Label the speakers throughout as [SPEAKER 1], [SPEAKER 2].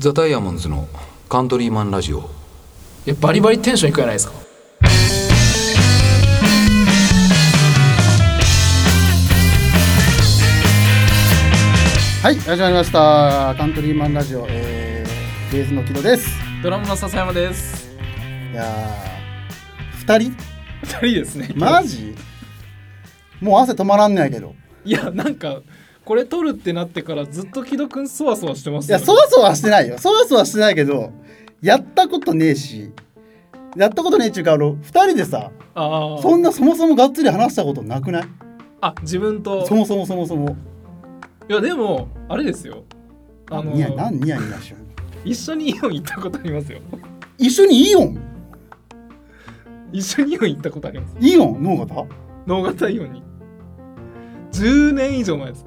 [SPEAKER 1] ザ・ダイヤモンズのカントリーマンラジオ
[SPEAKER 2] いやバリバリテンションいくじゃないですか
[SPEAKER 3] はい始まりましたカントリーマンラジオ、えー、ベースの木戸です
[SPEAKER 2] ドラムの笹山です
[SPEAKER 3] いやー二人
[SPEAKER 2] 二人ですね
[SPEAKER 3] マジもう汗止まらんねやけど
[SPEAKER 2] いやなんかこれ撮るってなってからずっと木戸くんそわそわしてます
[SPEAKER 3] いやそわそわしてないよそわそわしてないけどやったことねえしやったことねえっちゅうかあの二人でさ
[SPEAKER 2] あー
[SPEAKER 3] そんなそもそもがっつり話したことなくない
[SPEAKER 2] あ自分と
[SPEAKER 3] そもそもそもそも
[SPEAKER 2] いやでもあれですよあの
[SPEAKER 3] ニヤなんニヤニヤしよう
[SPEAKER 2] 一緒にイオン行ったことありますよ
[SPEAKER 3] 一緒にイオン
[SPEAKER 2] 一緒にイオン行ったことあります
[SPEAKER 3] イオン脳型
[SPEAKER 2] 能形イオンに10年以上前です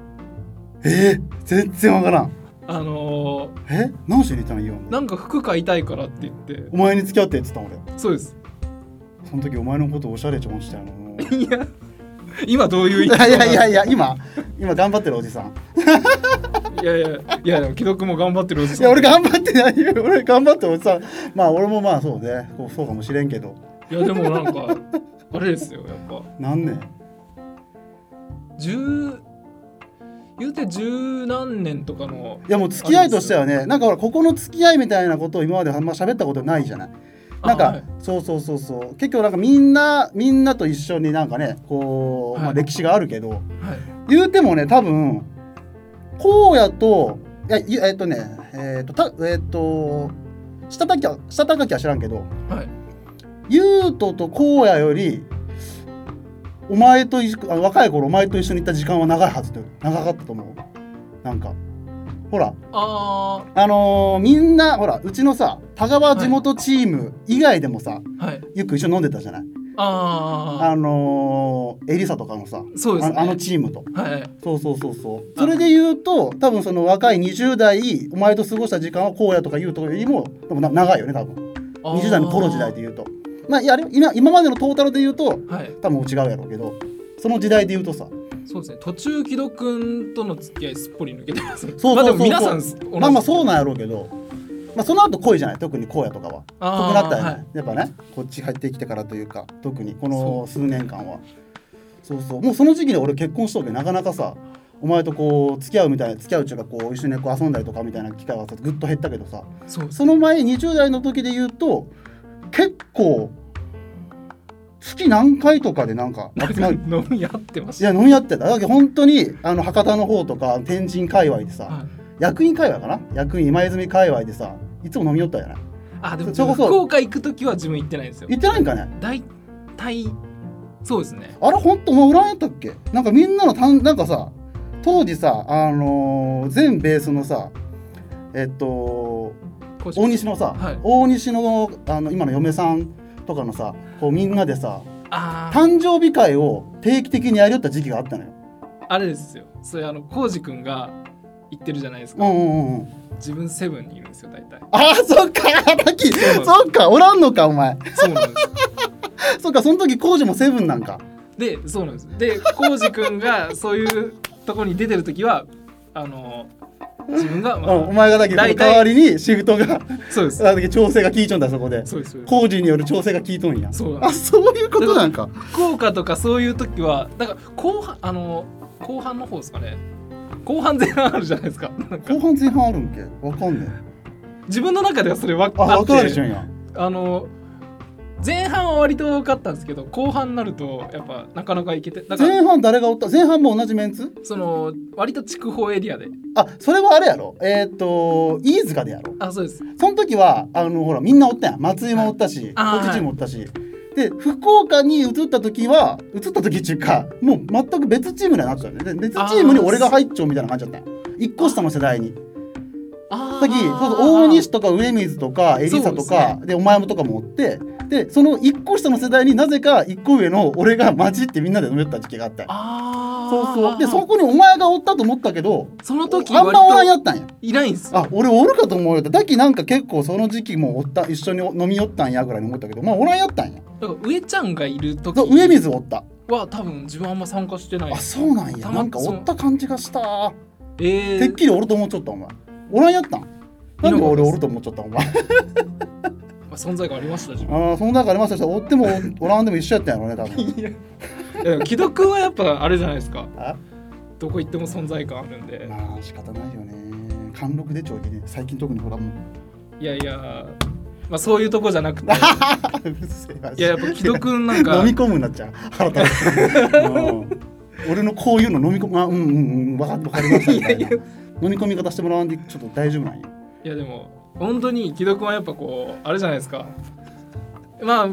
[SPEAKER 3] えー、全然わからん
[SPEAKER 2] あの
[SPEAKER 3] え何しに行ったのイオン
[SPEAKER 2] ーなんか服買いたいからって言って
[SPEAKER 3] お前に付き合ってって言ったの
[SPEAKER 2] そうです
[SPEAKER 3] 俺その時お前のことおしゃれちょんしたよもう
[SPEAKER 2] いや今どういう意
[SPEAKER 3] い
[SPEAKER 2] 見
[SPEAKER 3] やいやいやいや今 今頑張ってるおじさん
[SPEAKER 2] いやいやいやでも木戸君も頑張ってるおじ
[SPEAKER 3] い
[SPEAKER 2] さん
[SPEAKER 3] や俺頑張ってないよ俺頑張ってるおじさんまあ俺もまあそうねこうそうかもしれんけど
[SPEAKER 2] いやでもなんかあれですよやっぱ
[SPEAKER 3] 何年
[SPEAKER 2] 10言うて十何年とかの
[SPEAKER 3] いやもう付き合いとしてはねなんかほらここの付き合いみたいなことを今まであんま喋ったことないじゃないなんか、
[SPEAKER 2] あはい
[SPEAKER 3] そうそうそうそう結構なんかみんなみんなと一緒になんかねこう、ま
[SPEAKER 2] は
[SPEAKER 3] あ、
[SPEAKER 2] い
[SPEAKER 3] 歴史があるけど、
[SPEAKER 2] はい
[SPEAKER 3] 言うてもね多分荒野といやいえっとねえっとたえっとしたたきはしたたかきは知らんけど
[SPEAKER 2] はい
[SPEAKER 3] 優斗と荒野よりお前と一緒あ若い頃お前と一緒に行った時間は長いはずと長かったと思うなんかほら
[SPEAKER 2] あ
[SPEAKER 3] あのーみんなほらうちのさ田川地元チーム以外でもさ、
[SPEAKER 2] ーはい
[SPEAKER 3] よく一緒に飲んでたじゃない
[SPEAKER 2] あ
[SPEAKER 3] あのーエリサとかのさ
[SPEAKER 2] ーそうですね
[SPEAKER 3] ああのチームと
[SPEAKER 2] はい
[SPEAKER 3] そうそうそうそうそれで言うと多分その若い20代お前と過ごした時間は荒野とか優斗よりも多分な長いよね多分20代の頃時代で言うとまあいやあれ今今までのトータルで言うと
[SPEAKER 2] はい
[SPEAKER 3] 多分違うやろうけどその時代で言うとさ
[SPEAKER 2] そうですね途中木戸君との付き合いすっぽり抜けてますね
[SPEAKER 3] そうそうそうそう
[SPEAKER 2] まあでも皆さんす
[SPEAKER 3] まあまあそ
[SPEAKER 2] 同
[SPEAKER 3] うなんやろうけど、まあ、その後恋じゃない特に荒野とかは
[SPEAKER 2] じ
[SPEAKER 3] 特になったよね、
[SPEAKER 2] あ
[SPEAKER 3] やっぱねこっち入ってきてからというか特にこの数年間はそうそうもうその時期で俺結婚しとるけどなかなかさお前とこう付き合うみたいな付き合うっていうかこう一緒にこう遊んだりとかみたいな機会はさぐっと減ったけどさ
[SPEAKER 2] ーはいそうです
[SPEAKER 3] その前20代の時で言うと結構月何回とかでなんか集まる
[SPEAKER 2] 飲み合ってまし
[SPEAKER 3] い
[SPEAKER 2] た
[SPEAKER 3] や飲み合ってただけど本当にあの博多の方とか天神界隈でさ、
[SPEAKER 2] はい
[SPEAKER 3] 役員界隈かな役員今泉界隈でさいつも飲み寄ったじゃない
[SPEAKER 2] あでも
[SPEAKER 3] それこそ
[SPEAKER 2] 福岡行く時は自分行ってないんですよ
[SPEAKER 3] 行ってないんかね
[SPEAKER 2] 大体そうですね
[SPEAKER 3] あれ本当もう裏やったっけなんかみんなのたんなんかさ当時さあのー全ベースのさえっと
[SPEAKER 2] こうし
[SPEAKER 3] 大西のさ、
[SPEAKER 2] はい
[SPEAKER 3] 大西のあの今の嫁さんとかのさこうみんなでさ
[SPEAKER 2] あー
[SPEAKER 3] 誕生日会を定期的にやりよった時期があったのよ。
[SPEAKER 2] あれですよ。それあの浩二くんが言ってるじゃないです
[SPEAKER 3] う
[SPEAKER 2] か。
[SPEAKER 3] んうんうんうん。
[SPEAKER 2] 自分セブンにいるんですよ大体。
[SPEAKER 3] ああそっか荒木
[SPEAKER 2] そうなん
[SPEAKER 3] そっかおらんのかお前。
[SPEAKER 2] そうなんです。
[SPEAKER 3] そっかその時工事もセブンなんか。
[SPEAKER 2] で、そうなんです。で、浩二くんがそういうとこに出てる時はあの自分が
[SPEAKER 3] う
[SPEAKER 2] ま
[SPEAKER 3] ん
[SPEAKER 2] あ、
[SPEAKER 3] お前がだけど
[SPEAKER 2] 大
[SPEAKER 3] 代
[SPEAKER 2] 体
[SPEAKER 3] わりにシフトが
[SPEAKER 2] そうです。
[SPEAKER 3] だけ調整が効いちょんだそこで。
[SPEAKER 2] そうです。そうです
[SPEAKER 3] 工事による調整が効いとんや。
[SPEAKER 2] そうなんで
[SPEAKER 3] あそういうことなんか。
[SPEAKER 2] 福岡とかそういう時はだから後半あの後半の方ですかね。後半前半あるじゃないですか。なんか
[SPEAKER 3] 後半前半あるんけわかんねえ。
[SPEAKER 2] 自分の中ではそれわ
[SPEAKER 3] あ
[SPEAKER 2] あ
[SPEAKER 3] 分
[SPEAKER 2] っ
[SPEAKER 3] かるでしょ
[SPEAKER 2] て
[SPEAKER 3] んや。
[SPEAKER 2] あの。前半は割と多かったんですけど後半になるとやっぱなかなかいけてだから
[SPEAKER 3] 前半誰がおった前半も同じメンツ
[SPEAKER 2] その割と筑豊エリアで
[SPEAKER 3] あそれはあれやろえーっ、と飯塚でやろ
[SPEAKER 2] あそうです
[SPEAKER 3] その時はあのほらみんなおったやん松井もおったし
[SPEAKER 2] あー
[SPEAKER 3] 小口もおったしで福岡に移った時は移った時っていうかもう全く別チームにはなっちゃうねで別チームに俺が入っちゃうみたいな感じだったよ一個下の世代に
[SPEAKER 2] あ
[SPEAKER 3] さっきそうそう大西とか上水とかエリサと
[SPEAKER 2] そ
[SPEAKER 3] か
[SPEAKER 2] うです
[SPEAKER 3] で,、お前もとかもおってでその一個下の世代になぜか一個上の俺が混じってみんなで飲み寄った時期があった
[SPEAKER 2] あ
[SPEAKER 3] そうそうでそ
[SPEAKER 2] そ
[SPEAKER 3] こにお前がおったと思ったけど
[SPEAKER 2] その時
[SPEAKER 3] あん
[SPEAKER 2] 割
[SPEAKER 3] まおらんや
[SPEAKER 2] と
[SPEAKER 3] ったんや
[SPEAKER 2] いないんですよ
[SPEAKER 3] あ俺おるかと思うよってだきなんか結構その時期もおった一緒に飲み寄ったんやぐらいに思ったけどまあおらんやったんや
[SPEAKER 2] だから上ちゃんがいる時
[SPEAKER 3] そう上水おった
[SPEAKER 2] は多分自分あんま参加してない
[SPEAKER 3] あそうなん
[SPEAKER 2] た
[SPEAKER 3] やな
[SPEAKER 2] ま
[SPEAKER 3] んかおった感じがした
[SPEAKER 2] え
[SPEAKER 3] てっ
[SPEAKER 2] ー、
[SPEAKER 3] きりおると思っちゃったお前おらんやったんなんで俺おると思っちゃったお前
[SPEAKER 2] まあ存在感ありました自分
[SPEAKER 3] ああその中ありましたし追ってもおらんでも一緒やったんやろね 多分
[SPEAKER 2] いやいや木戸君はやっぱあれじゃないですか
[SPEAKER 3] あ
[SPEAKER 2] どこ行っても存在感あるんで
[SPEAKER 3] まあ仕方ないよね貫禄出ちゃうけね最近特にほらもう
[SPEAKER 2] いやいやまあそういうとこじゃなくて
[SPEAKER 3] あうるせえマ
[SPEAKER 2] い
[SPEAKER 3] ジ
[SPEAKER 2] ややっぱ木戸君なんか
[SPEAKER 3] 飲み込むなっちゃう腹立つうん俺のこういうの飲み込むあうんうんうん分か分かりましたみたいな飲み込み方してもらわんでちょっと大丈夫なんよ
[SPEAKER 2] いやでも本当に木戸君はやっぱこうあれじゃないですかまあ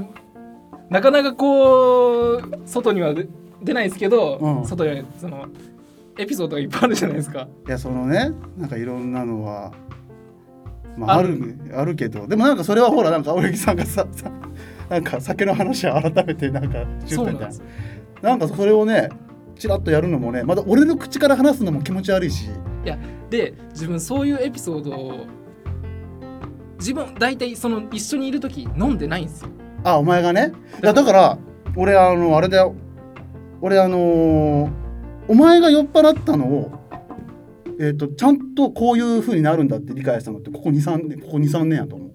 [SPEAKER 2] なかなかこう外には出出ないですけど、
[SPEAKER 3] うん
[SPEAKER 2] 外にはそのエピソードがいっぱいあるじゃないですか
[SPEAKER 3] いやそのねなんかいろんなのはまあ
[SPEAKER 2] あ
[SPEAKER 3] あるあるけどでもなんかそれはほらなんか青柳さんがささなんか酒の話は改めてなんかし
[SPEAKER 2] そう
[SPEAKER 3] よう
[SPEAKER 2] なん
[SPEAKER 3] みた
[SPEAKER 2] で
[SPEAKER 3] いな
[SPEAKER 2] すよ
[SPEAKER 3] なんかそれをねチラッとやるのもねまた俺の口から話すのも気持ち悪いし
[SPEAKER 2] で自分そういうエピソードを自分大体その一緒にいる時飲んでないんですよ
[SPEAKER 3] あお前がねいやだから俺あのあれだよ俺あのーお前が酔っ払ったのをえっ、とちゃんとこういう風になるんだって理解したのってここ23年ここ23年やと思う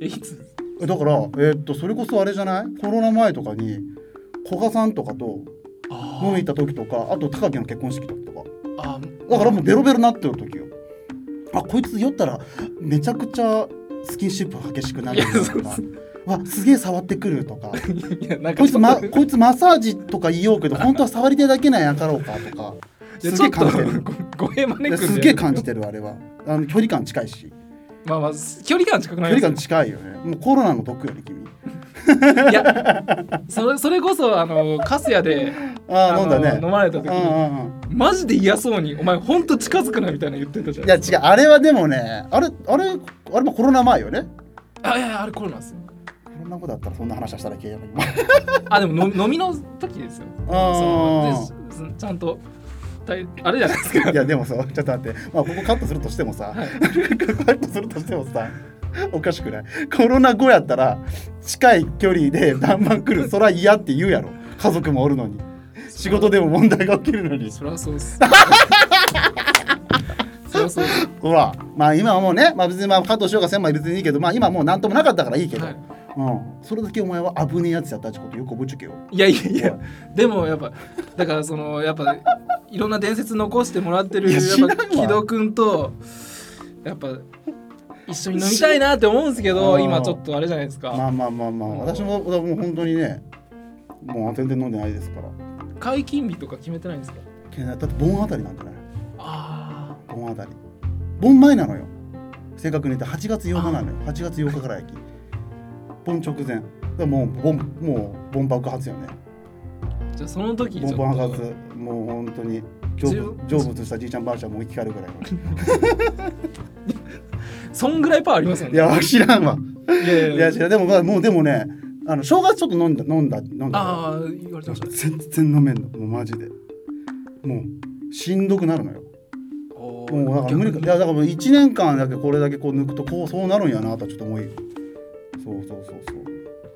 [SPEAKER 2] えいつ
[SPEAKER 3] えだから、えーっとそれこそあれじゃないコロナ前とかに古賀さんとかと飲み行った時とかあと高木の結婚式の時とか
[SPEAKER 2] あ
[SPEAKER 3] だからもうベロベロなってる時よあこいつ酔ったらめちゃくちゃスキンシップ激しくなるよと
[SPEAKER 2] いや
[SPEAKER 3] か
[SPEAKER 2] そ
[SPEAKER 3] わすげえ触ってくるとか
[SPEAKER 2] いやなんか
[SPEAKER 3] こいつ、ま、
[SPEAKER 2] ちょっ
[SPEAKER 3] こいつマッサージとか言いようけど本当は触り手だけなんやかろうかとか
[SPEAKER 2] とい
[SPEAKER 3] す
[SPEAKER 2] やちょっと
[SPEAKER 3] げえ感じてる
[SPEAKER 2] ご語弊
[SPEAKER 3] い
[SPEAKER 2] 招
[SPEAKER 3] や
[SPEAKER 2] くんです
[SPEAKER 3] げえ感じてるあれはあの距離感近いし
[SPEAKER 2] まあまあ距離感近く
[SPEAKER 3] 距
[SPEAKER 2] ないで
[SPEAKER 3] 離
[SPEAKER 2] すか
[SPEAKER 3] 感近いよねもうコロナの毒よね君
[SPEAKER 2] いやそれそれこそあのカスヤであ
[SPEAKER 3] ああ
[SPEAKER 2] の
[SPEAKER 3] 飲んだね
[SPEAKER 2] 飲まれた
[SPEAKER 3] うん
[SPEAKER 2] 時
[SPEAKER 3] う
[SPEAKER 2] に
[SPEAKER 3] んうん
[SPEAKER 2] マジで嫌そうに「お前ほんと近づくな」みたいな言ってたじゃん
[SPEAKER 3] いや違うあれはでもねあれあれあれもコロナ前よね
[SPEAKER 2] あいやいやあれコロナですよ
[SPEAKER 3] コロナ後だったらそんな話はしたらけやばい今
[SPEAKER 2] あでもの飲みの時ですよ そ
[SPEAKER 3] あ
[SPEAKER 2] のでちゃんとたいあれじゃないですか
[SPEAKER 3] いやでもさちょっと待って、まあ、ここカットするとしてもさ、
[SPEAKER 2] はい
[SPEAKER 3] カットするとしてもさおかしくないコロナ後やったら近い距離で バンバン来るそりゃ嫌って言うやろ家族もおるのに仕事でも問題が起きるのに
[SPEAKER 2] そりゃそうっ すそりゃそうっす
[SPEAKER 3] ほらまあ今はもうね、まあ、別にまあカットしようかせんまあ別にいいけどまあ今もう何ともなかったからいいけど、
[SPEAKER 2] はい
[SPEAKER 3] うん、それだけお前は危ねえやつやったってことよく覚えちょけよ
[SPEAKER 2] いやいやいやでもやっぱだからそのやっぱいろんな伝説残してもらってる
[SPEAKER 3] いや
[SPEAKER 2] や
[SPEAKER 3] 知らんわ
[SPEAKER 2] っぱ木戸君とやっぱ一緒に飲みたいなって思うんですけど
[SPEAKER 3] 知らん
[SPEAKER 2] 今ちょっとあれじゃないですか、
[SPEAKER 3] まあまあまあまあ、
[SPEAKER 2] うん
[SPEAKER 3] 私ももう本当にねもう全然飲んでないですから
[SPEAKER 2] 解禁日とか決めてないんですか
[SPEAKER 3] けどだって盆あたりなんじゃない
[SPEAKER 2] あ
[SPEAKER 3] 盆あたり盆前なのよ正確に言って8月8日なのよ8月8日から焼き盆直前だからもう盆もう盆爆発よね
[SPEAKER 2] あじゃあその時ちょっ
[SPEAKER 3] 盆
[SPEAKER 2] と
[SPEAKER 3] 爆発もう本当に成
[SPEAKER 2] 自分
[SPEAKER 3] 仏成仏したじいちゃんばあちゃんも生き返るぐらいの
[SPEAKER 2] そんぐらいパワーありますもん
[SPEAKER 3] い
[SPEAKER 2] ね
[SPEAKER 3] や知らんわ
[SPEAKER 2] いやいや
[SPEAKER 3] いや知らんでもまあもうでもねあの正月ちょっと飲んだ飲んだ飲んだ
[SPEAKER 2] ああ言われてましたね
[SPEAKER 3] 全然飲めんのもうマジでもうしんどくなるのよ
[SPEAKER 2] おー
[SPEAKER 3] もうだから無理かいやだからもう1年間だけこれだけこう抜くとこうそうなるんやなとはちょっと思いそうそうそうそう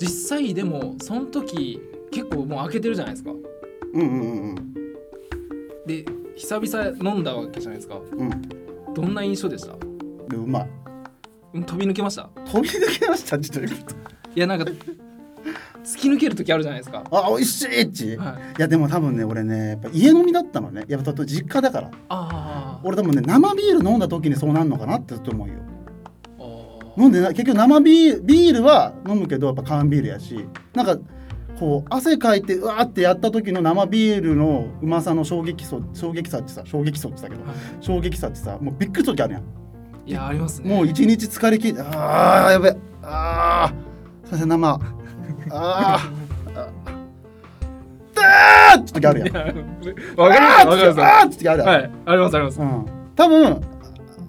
[SPEAKER 2] 実際でもその時結構もう開けてるじゃないですか
[SPEAKER 3] うんうんうん
[SPEAKER 2] で久々飲んだわけじゃないですか
[SPEAKER 3] うんうんで
[SPEAKER 2] どんな印象でした
[SPEAKER 3] うまい
[SPEAKER 2] うん飛び抜けました
[SPEAKER 3] 飛び抜けましたちょっ
[SPEAKER 2] い
[SPEAKER 3] と
[SPEAKER 2] やなんか突き抜ける時あるじゃないですか
[SPEAKER 3] あ美味しいっち、い、
[SPEAKER 2] はい
[SPEAKER 3] やでも多分ね俺ねやっぱ家飲みだったのねやっぱと実家だから
[SPEAKER 2] あー
[SPEAKER 3] 俺多分ね生ビール飲んだ時にそうなんのかなってずっと思うよ
[SPEAKER 2] あー
[SPEAKER 3] 飲んでな結局生ビールビールは飲むけどやっぱ缶ビールやしなんかこう汗かいてうわーってやった時の生ビールのうまさの衝撃そ衝撃さってさ衝撃そってさけど
[SPEAKER 2] は
[SPEAKER 3] 衝撃さってさもうびっくりする時あるやん
[SPEAKER 2] いいやありますね
[SPEAKER 3] もう一日疲れきってああやべああすいません生あーああーって時あるやん
[SPEAKER 2] いやわかりますわかります
[SPEAKER 3] あーって時あるやん、
[SPEAKER 2] はいありますあります
[SPEAKER 3] うん、多分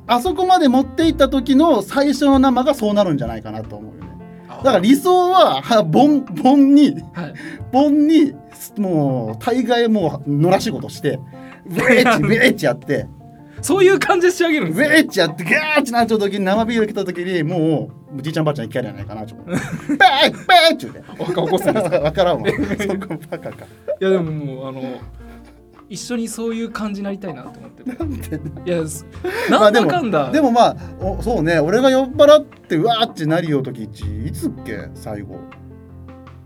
[SPEAKER 3] あそこまで持っていった時の最初の生がそうなるんじゃないかなと思うよねだから理想ははボンボンに
[SPEAKER 2] はい
[SPEAKER 3] ボンにもう大概もう野良仕事してブエッチブエッチやって
[SPEAKER 2] そういう感じで仕上げるんです
[SPEAKER 3] ブ
[SPEAKER 2] ね
[SPEAKER 3] エッチやってガーッてなっちゃう時に生ビール来た時にもうじいちゃんばあちゃん生き返るやないかな ちょっとバーッバーッちゅうて
[SPEAKER 2] 若起こすんです
[SPEAKER 3] 分からんわそこバカか
[SPEAKER 2] いやでももうあの一緒にそういう感じになりたいなと思ってて
[SPEAKER 3] で
[SPEAKER 2] いやす
[SPEAKER 3] ま
[SPEAKER 2] な
[SPEAKER 3] あ
[SPEAKER 2] ん
[SPEAKER 3] で
[SPEAKER 2] だ
[SPEAKER 3] も
[SPEAKER 2] かんだ
[SPEAKER 3] でもまあおそうね俺が酔っ払ってうわーってなるよ時一いつっけ最後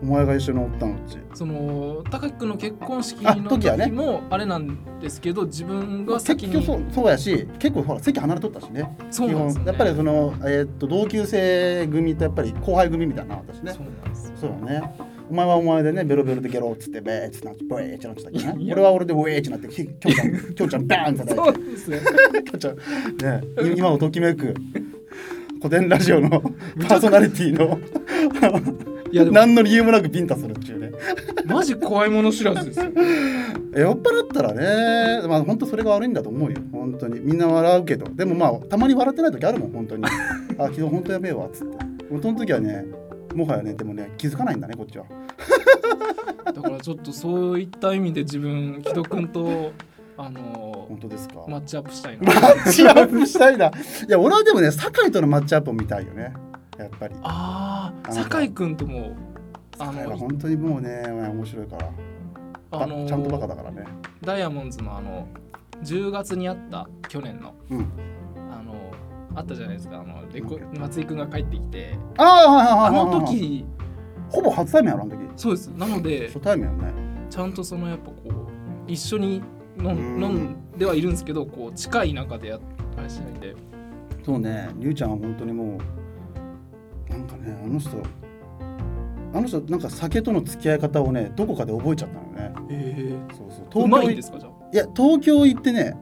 [SPEAKER 3] お前が一緒におったのうち
[SPEAKER 2] その高木君の結婚式
[SPEAKER 3] あ
[SPEAKER 2] の
[SPEAKER 3] 時はね
[SPEAKER 2] 時もあれなんですけど自分が
[SPEAKER 3] 結
[SPEAKER 2] 先
[SPEAKER 3] 局
[SPEAKER 2] に
[SPEAKER 3] そうそうやし結構ほら席離れとったしね
[SPEAKER 2] そうなんですよね
[SPEAKER 3] やっぱりその、えーっと同級生組とやっぱり後輩組みたいな私ね
[SPEAKER 2] そうなんです
[SPEAKER 3] そうだねお前はお前でねベロベロでゲロっつってベーっつってなってブエーってなってたっけ
[SPEAKER 2] い
[SPEAKER 3] ね
[SPEAKER 2] や
[SPEAKER 3] 俺は俺でウェーってなってききょうち ゃんきょうちゃんバーンって
[SPEAKER 2] そ
[SPEAKER 3] 叩
[SPEAKER 2] うですね
[SPEAKER 3] いてきょうちゃんねい今をときめく古典ラジオのパーソナリティの
[SPEAKER 2] いやでも
[SPEAKER 3] 何の理由もなくビンタするっていうね
[SPEAKER 2] マジ怖いもの知らずですよ
[SPEAKER 3] 酔っ払ったらねまあ本当それが悪いんだと思うよ本当にみんな笑うけどでもまあたまに笑ってない時あるもん本当 にあ昨日本当やべえわっつって本当の時はねもはやねでもね気づかないんだねこっちは
[SPEAKER 2] だからちょっとそういった意味で自分木戸君とあの
[SPEAKER 3] 本当ですか
[SPEAKER 2] マッチアップしたい
[SPEAKER 3] マ
[SPEAKER 2] な
[SPEAKER 3] ッチアップしたいな。いや、俺はでもね、酒井とのマッチアップを見たいよね。やっぱり。
[SPEAKER 2] あ
[SPEAKER 3] あ
[SPEAKER 2] あ
[SPEAKER 3] の
[SPEAKER 2] 酒井君ともあ
[SPEAKER 3] 酒井は
[SPEAKER 2] の
[SPEAKER 3] 本当にもうね、面白いから。
[SPEAKER 2] あ
[SPEAKER 3] ばちゃんとバカ
[SPEAKER 2] の
[SPEAKER 3] だからね。
[SPEAKER 2] ダイヤモンズのあの10月にあった去年の
[SPEAKER 3] うん。
[SPEAKER 2] あのあったじゃないですかあのレコ松井君が帰ってきて
[SPEAKER 3] ああ、はいはい
[SPEAKER 2] あ
[SPEAKER 3] はいはい
[SPEAKER 2] の
[SPEAKER 3] はい。。
[SPEAKER 2] 時
[SPEAKER 3] ほぼ初対面やろ、あの時。
[SPEAKER 2] そうですなので
[SPEAKER 3] 初対面やね。
[SPEAKER 2] ちゃんとそのやっぱこう一緒に飲
[SPEAKER 3] うん
[SPEAKER 2] ん飲んではいるんですけどこう近い中でやあれしないんで
[SPEAKER 3] そうね、りゅうちゃんは本当にもう、なんかね、あの人、あの人、なんか酒との付き合い方をね、どこかで覚えちゃったのよね。
[SPEAKER 2] え
[SPEAKER 3] そうそう。
[SPEAKER 2] うま
[SPEAKER 3] 東
[SPEAKER 2] い
[SPEAKER 3] 京い
[SPEAKER 2] んですかじゃ
[SPEAKER 3] いや、東京行ってね、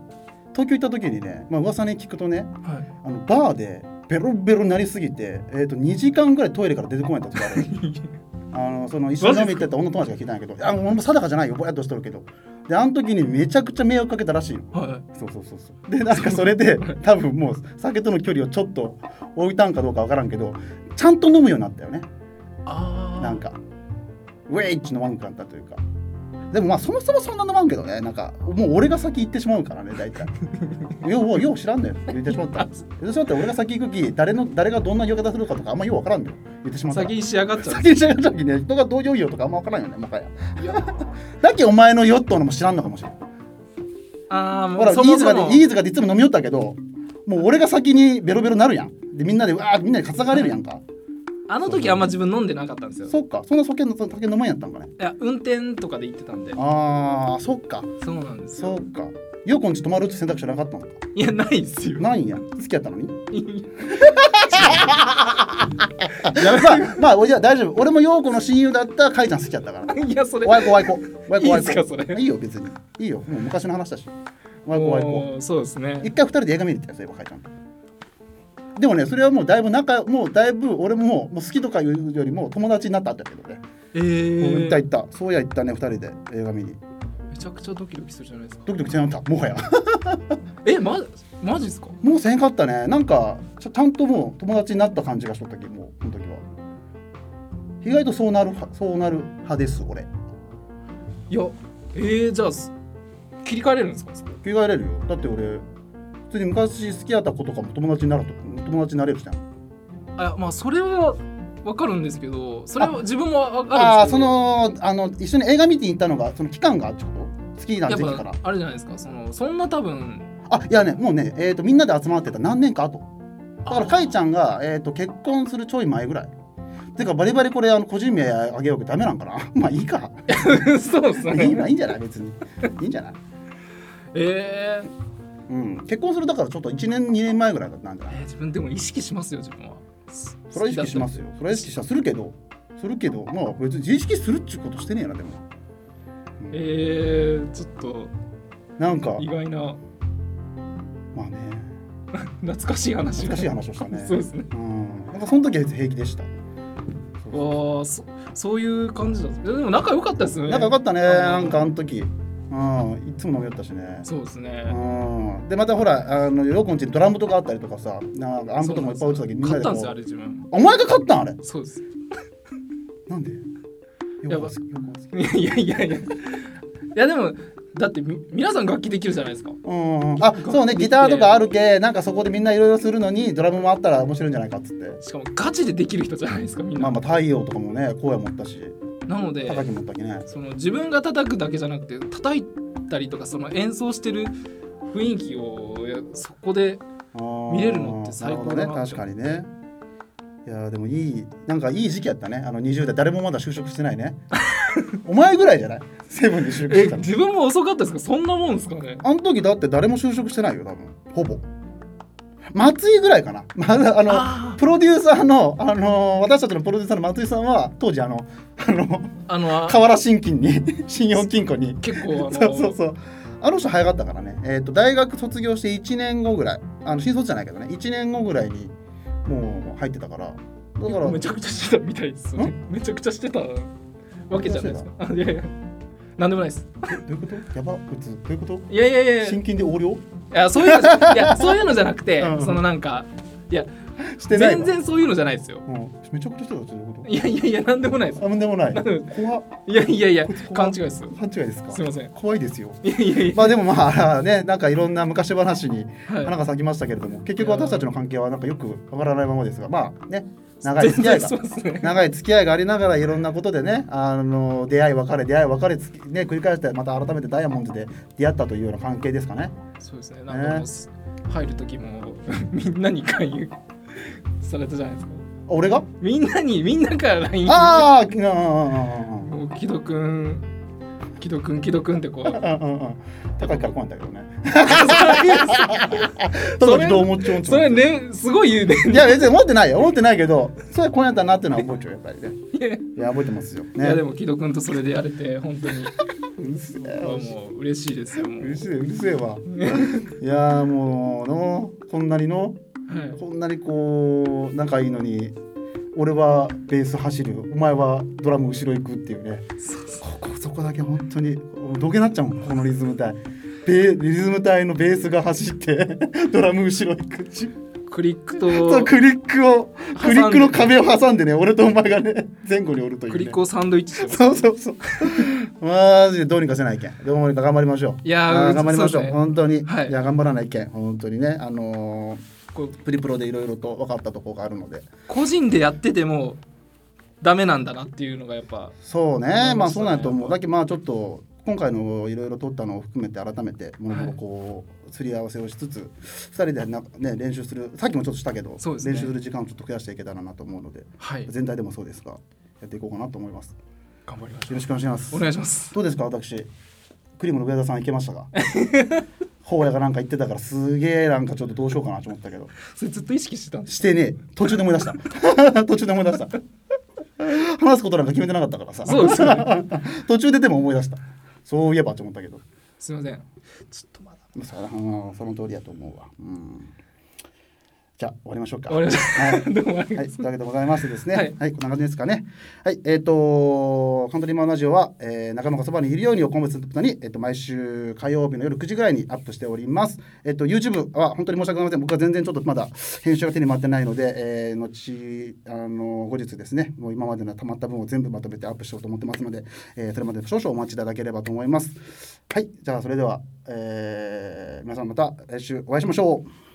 [SPEAKER 3] 東京行った時にね、まあ噂に聞くとね、
[SPEAKER 2] あはい
[SPEAKER 3] あのバーでベロベロになりすぎて、えー、と2時間ぐらいトイレから出てこないんだって言われる あのその一緒に飲み行ってた女友達が聞いたんやけどいやもう定かじゃないよぼやっとしとるけどであの時にめちゃくちゃ迷惑かけたらしいの
[SPEAKER 2] はい
[SPEAKER 3] そうそうそうそうでなんかそれで多分もう酒との距離をちょっと置いたんかどうかわからんけどちゃんと飲むようになったよね
[SPEAKER 2] ああ
[SPEAKER 3] なんかウェイって飲まんくなったというかでもまあそもそもそんな飲まんけどねなんかもう俺が先行ってしまうからね大体 ようよう知らんのよ言ってしまった言ってしまって俺が先行くき誰の誰がどんな言い方するかとかあんまようわからんのよ言ってしまったら
[SPEAKER 2] 先に仕上がっちゃう
[SPEAKER 3] 先にしゃがった時ね人がどう酔いよとかあんまわからんよねもはや だっけお前の酔っとうのも知らんのかもしれん
[SPEAKER 2] ああも
[SPEAKER 3] ほら
[SPEAKER 2] うそも
[SPEAKER 3] 飯
[SPEAKER 2] そ
[SPEAKER 3] 塚で
[SPEAKER 2] も
[SPEAKER 3] 飯塚でいつも飲みよったけどもう俺が先にベロベロなるやんでみんなでうわーみんなで担がれるやんか
[SPEAKER 2] あの時あんま自分飲んでなかったんですよ
[SPEAKER 3] そっかそんな酒の酒飲まんやったんかね
[SPEAKER 2] いや運転とかで行ってたんで
[SPEAKER 3] あーそっか
[SPEAKER 2] そうなんです
[SPEAKER 3] そ
[SPEAKER 2] よ
[SPEAKER 3] うか。よくんち泊まるって選択肢なかったのか。
[SPEAKER 2] いやないですよ
[SPEAKER 3] ないんや。好きやったのに。
[SPEAKER 2] や
[SPEAKER 3] まあ、まあ、おいや、大丈夫。俺もようこの親友だったかいちゃん好きやったから。
[SPEAKER 2] いやそれ
[SPEAKER 3] おいこ、おいこ。おいこ、
[SPEAKER 2] いい
[SPEAKER 3] お
[SPEAKER 2] んすかそ
[SPEAKER 3] いこ。
[SPEAKER 2] れ
[SPEAKER 3] いいよ、別に。いいよ。もう昔の話だし。おいこ、おいこ。
[SPEAKER 2] もうそうですね
[SPEAKER 3] 一回二人で映画見に行ったよ、そういえばかいちゃんと。でもね、それはもうだいぶ仲、もうだいぶ俺ももうもう好きとかいうよりも友達になったんだけどね。
[SPEAKER 2] え
[SPEAKER 3] もう行った
[SPEAKER 2] ー
[SPEAKER 3] 行った。そうや行ったね、二人で映画見に。
[SPEAKER 2] めちゃくちゃドキドキするじゃないですか
[SPEAKER 3] ドキドキしなかった、もはや。
[SPEAKER 2] えまマジですか
[SPEAKER 3] もうせんかったねなんかちゃちゃんともう友達になった感じがしとったけもうその時は意外とそうなる派そうなる派です俺
[SPEAKER 2] いやえー、じゃあす切り替えれるんですかそこ
[SPEAKER 3] 着替えれるよだって俺普通に昔好きやった子とかも友達になると友達になれるじゃん
[SPEAKER 2] あまあそれはわかるんですけどそれは自分もわかるんですけど
[SPEAKER 3] ああーそのあの一緒に映画見て行ったのがその期間がちょっと好きな
[SPEAKER 2] や
[SPEAKER 3] 時期
[SPEAKER 2] っ
[SPEAKER 3] から
[SPEAKER 2] ぱあれじゃないですかそのそんな多分
[SPEAKER 3] あいやねもうね、えー、とみんなで集まってた何年か後だからかいち
[SPEAKER 2] ゃん
[SPEAKER 3] ゃんが、えー、と結婚するちょい前ぐらいてかバリバリこれあの個人名あげようけどダメなんかな まあいいか
[SPEAKER 2] そうです
[SPEAKER 3] いい
[SPEAKER 2] ね
[SPEAKER 3] まあいいんじゃない別にいいんじゃない
[SPEAKER 2] えー、
[SPEAKER 3] うん、結婚するだからちょっと1年2年前ぐらいだったんじゃ
[SPEAKER 2] え
[SPEAKER 3] な
[SPEAKER 2] ー
[SPEAKER 3] い
[SPEAKER 2] 自分でも意識しますよ自分は
[SPEAKER 3] それは意識しますよそれは意識したするけどするけどまあ別に意識するっちゅうことしてねえなでも、うん
[SPEAKER 2] えー、ちょっと
[SPEAKER 3] なんか
[SPEAKER 2] 意外な
[SPEAKER 3] まあね
[SPEAKER 2] 懐かしい話
[SPEAKER 3] 恥ず
[SPEAKER 2] が
[SPEAKER 3] かしい話をした ね
[SPEAKER 2] そうですね
[SPEAKER 3] うんなんかその時は別に平気でしたそうそう
[SPEAKER 2] わあそそういう感じだでも仲良かったですよね
[SPEAKER 3] なんかよかったね
[SPEAKER 2] あの
[SPEAKER 3] なんかあの時うんいつも飲みよったしね
[SPEAKER 2] そうですね
[SPEAKER 3] うんでまたほらあのヨコンちにドラムとかあったりとかさなんかアンプとかもいっぱい打ってたけどみんな
[SPEAKER 2] 買っ
[SPEAKER 3] で
[SPEAKER 2] たん
[SPEAKER 3] こ
[SPEAKER 2] ですよあ
[SPEAKER 3] う
[SPEAKER 2] れ自分
[SPEAKER 3] お前が勝ったんあれ
[SPEAKER 2] そうです
[SPEAKER 3] なんで
[SPEAKER 2] や
[SPEAKER 3] よ
[SPEAKER 2] ば
[SPEAKER 3] こ好きよこ好き
[SPEAKER 2] いやいやいやいやいやでもだってみ皆さん楽器できるじゃないですか
[SPEAKER 3] うんあそうねギターとかあるけなんかそこでみんないろいろするのにドラムもあったら面白いんじゃないかっつって
[SPEAKER 2] しかもガチでできる人じゃないですかみん
[SPEAKER 3] ま
[SPEAKER 2] な、
[SPEAKER 3] あまあ太陽とかもね荒野もおったし
[SPEAKER 2] なので
[SPEAKER 3] 高木もったっけね
[SPEAKER 2] その自分が叩くだけじゃなくて叩いたりとかその演奏してる雰囲気をやそこ で
[SPEAKER 3] あー
[SPEAKER 2] 見れるのって最高だな
[SPEAKER 3] るほどね確かにねいやーでもいいなんかいい時期やったねあの20代誰もまだ就職してな いねお前ぐらいじゃないセブンで就職し
[SPEAKER 2] え
[SPEAKER 3] てたの
[SPEAKER 2] 自分も遅かったですかそんなもんですかね
[SPEAKER 3] あの時だって誰も就職してないよ多分ほぼ松井ぐらいかなまだあの
[SPEAKER 2] あ
[SPEAKER 3] プロデューサーの、あのー私たちのプロデューサーの松井さんは当時あのあの
[SPEAKER 2] あのあ
[SPEAKER 3] 河原信 金に信用金庫に
[SPEAKER 2] 結構あの
[SPEAKER 3] そうそうそうあの人早かったからね、えー、と大学卒業して1年後ぐらいあの新卒じゃないけどね1年後ぐらいにもう入ってたからだから
[SPEAKER 2] めちゃくちゃしてたみたいですよねめちゃくちゃしてたわけじゃないですか あいやいやなんでもないです
[SPEAKER 3] えどういうことやば普通どういうこと
[SPEAKER 2] いやいやいやい
[SPEAKER 3] 信金で横領
[SPEAKER 2] やそういうのじ ゃいやそういうのじゃなくて、
[SPEAKER 3] うん
[SPEAKER 2] そのなんか
[SPEAKER 3] してない
[SPEAKER 2] 全
[SPEAKER 3] わ、
[SPEAKER 2] 然そういうのじゃないですよ
[SPEAKER 3] うん、めちゃくちゃしてたどういうこ
[SPEAKER 2] いやいやいやなんでもないです
[SPEAKER 3] とあんでもない
[SPEAKER 2] なんでも
[SPEAKER 3] 怖っ
[SPEAKER 2] いやいやいや
[SPEAKER 3] こいつ怖
[SPEAKER 2] 勘違いです
[SPEAKER 3] 勘違いですか
[SPEAKER 2] すいません
[SPEAKER 3] 怖いですよ
[SPEAKER 2] いやいやいや、
[SPEAKER 3] まあでもまあねなんかいろんな昔話に
[SPEAKER 2] はい
[SPEAKER 3] 花が咲きましたけれども結局私たちの関係はなんかよくわからないままですがまあね長い付
[SPEAKER 2] 全然
[SPEAKER 3] き合いが
[SPEAKER 2] そうですね。
[SPEAKER 3] 長い付き合いがありながらいろんなことでねあの出会い別れ出会い別れつきね繰り返してまた改めてダイヤモンドで出会ったというような関係ですかね
[SPEAKER 2] そうですね。なんかもうす、入る時も みんなに勧誘されたじゃないですか。
[SPEAKER 3] あ俺が
[SPEAKER 2] みんなにみんなから LINE
[SPEAKER 3] あーあ
[SPEAKER 2] もう木戸くん木戸くん木戸くんってこ う
[SPEAKER 3] あ高いから来ないんだけど ね
[SPEAKER 2] それ
[SPEAKER 3] 高木どう思っちゃうんち
[SPEAKER 2] そ
[SPEAKER 3] ょ
[SPEAKER 2] れ
[SPEAKER 3] い
[SPEAKER 2] ねすごい言うね。
[SPEAKER 3] や別に思ってないよ思ってないけどそれは来ないんだなっていうのは覚えちゃうやっぱりね
[SPEAKER 2] いや
[SPEAKER 3] いや覚えてますよね
[SPEAKER 2] いやでも木戸くんとそれでやれて本当に
[SPEAKER 3] うるせえ
[SPEAKER 2] もう嬉しいですよも
[SPEAKER 3] う
[SPEAKER 2] う。
[SPEAKER 3] るせえうるせえわ
[SPEAKER 2] はい
[SPEAKER 3] やーもうのこんなにのこんなにこう仲いいのに俺はベース走るお前はドラム後ろ行くっていうね
[SPEAKER 2] い。そうそう
[SPEAKER 3] ここそこだけ本当にどけなっちゃうもんこのリズム隊ベリズム隊のベースが走って ドラム後ろ行くち
[SPEAKER 2] クリック
[SPEAKER 3] そう
[SPEAKER 2] と
[SPEAKER 3] クリックを
[SPEAKER 2] で
[SPEAKER 3] クリックの壁を挟んでね俺とお前がね前後におるという、
[SPEAKER 2] ク
[SPEAKER 3] ね、
[SPEAKER 2] リックをサンドイッチしてます。
[SPEAKER 3] そうそうそうマジでどうにかせないけんどうにか頑張りましょう
[SPEAKER 2] いやー
[SPEAKER 3] あー頑張りましょ
[SPEAKER 2] そう
[SPEAKER 3] う
[SPEAKER 2] ですね
[SPEAKER 3] 本当に、
[SPEAKER 2] はい
[SPEAKER 3] い、や頑張らないけん本当にねあの
[SPEAKER 2] こう
[SPEAKER 3] ー、プリプロでいろいろと分かったとこがあるので
[SPEAKER 2] 個人でやっててもダメなんだなっていうのがやっぱ。
[SPEAKER 3] そうね
[SPEAKER 2] わかり
[SPEAKER 3] ま
[SPEAKER 2] ま
[SPEAKER 3] あ
[SPEAKER 2] した
[SPEAKER 3] そ
[SPEAKER 2] ね
[SPEAKER 3] うなんやと思うだけどまあちょっと今回のいろいろ撮ったのを含めて改めてもののこうすり合わせをしつつ2人でな、ね、練習するさっきもちょっとしたけど、
[SPEAKER 2] そうですね
[SPEAKER 3] 練習する時間をちょっと増やしていけたらなと思うので
[SPEAKER 2] はい。
[SPEAKER 3] 全体でもそうですがやっていこうかなと思いますよ
[SPEAKER 2] 頑張りましょ
[SPEAKER 3] ろしくお願いします
[SPEAKER 2] う。お願いします。
[SPEAKER 3] どうですか私クリームの上田さん行けましたか ほうやがなんか言ってたからすげえなんかちょっとどうしようかなと思ったけど
[SPEAKER 2] それずっと意識してたんです。
[SPEAKER 3] してねえ途中で思い出した途中で思い出した 話すことなんか決めてなかったからさ
[SPEAKER 2] そうですよ
[SPEAKER 3] 途中ででも思い出したそういえばと思ったけど
[SPEAKER 2] すみません。ちょっとまだ。
[SPEAKER 3] そうんその通りやと思うわ、うん、じゃあ終わりましょうか
[SPEAKER 2] 終わりましょ
[SPEAKER 3] はい
[SPEAKER 2] どうもありが
[SPEAKER 3] は
[SPEAKER 2] と
[SPEAKER 3] い、
[SPEAKER 2] う
[SPEAKER 3] というわけでございましてですね、
[SPEAKER 2] は
[SPEAKER 3] はいい、こんな感じですかね。はい、えっ、と、カントリーマンラジオは、えー、仲間がそばにいるようにをコンセプトに、えっ、と、毎週火曜日の夜9時ぐらいにアップしております。えっ、と、YouTube は本当に申し訳ございません。僕は全然ちょっとまだ編集が手に回ってないので、えー、後、あの、後日ですね、もう今までの溜まった分を全部まとめてアップしようと思ってますので、えーそれまで少々お待ちいただければと思います。はい、じゃあそれでは、えー皆さんまた来週お会いしましょう。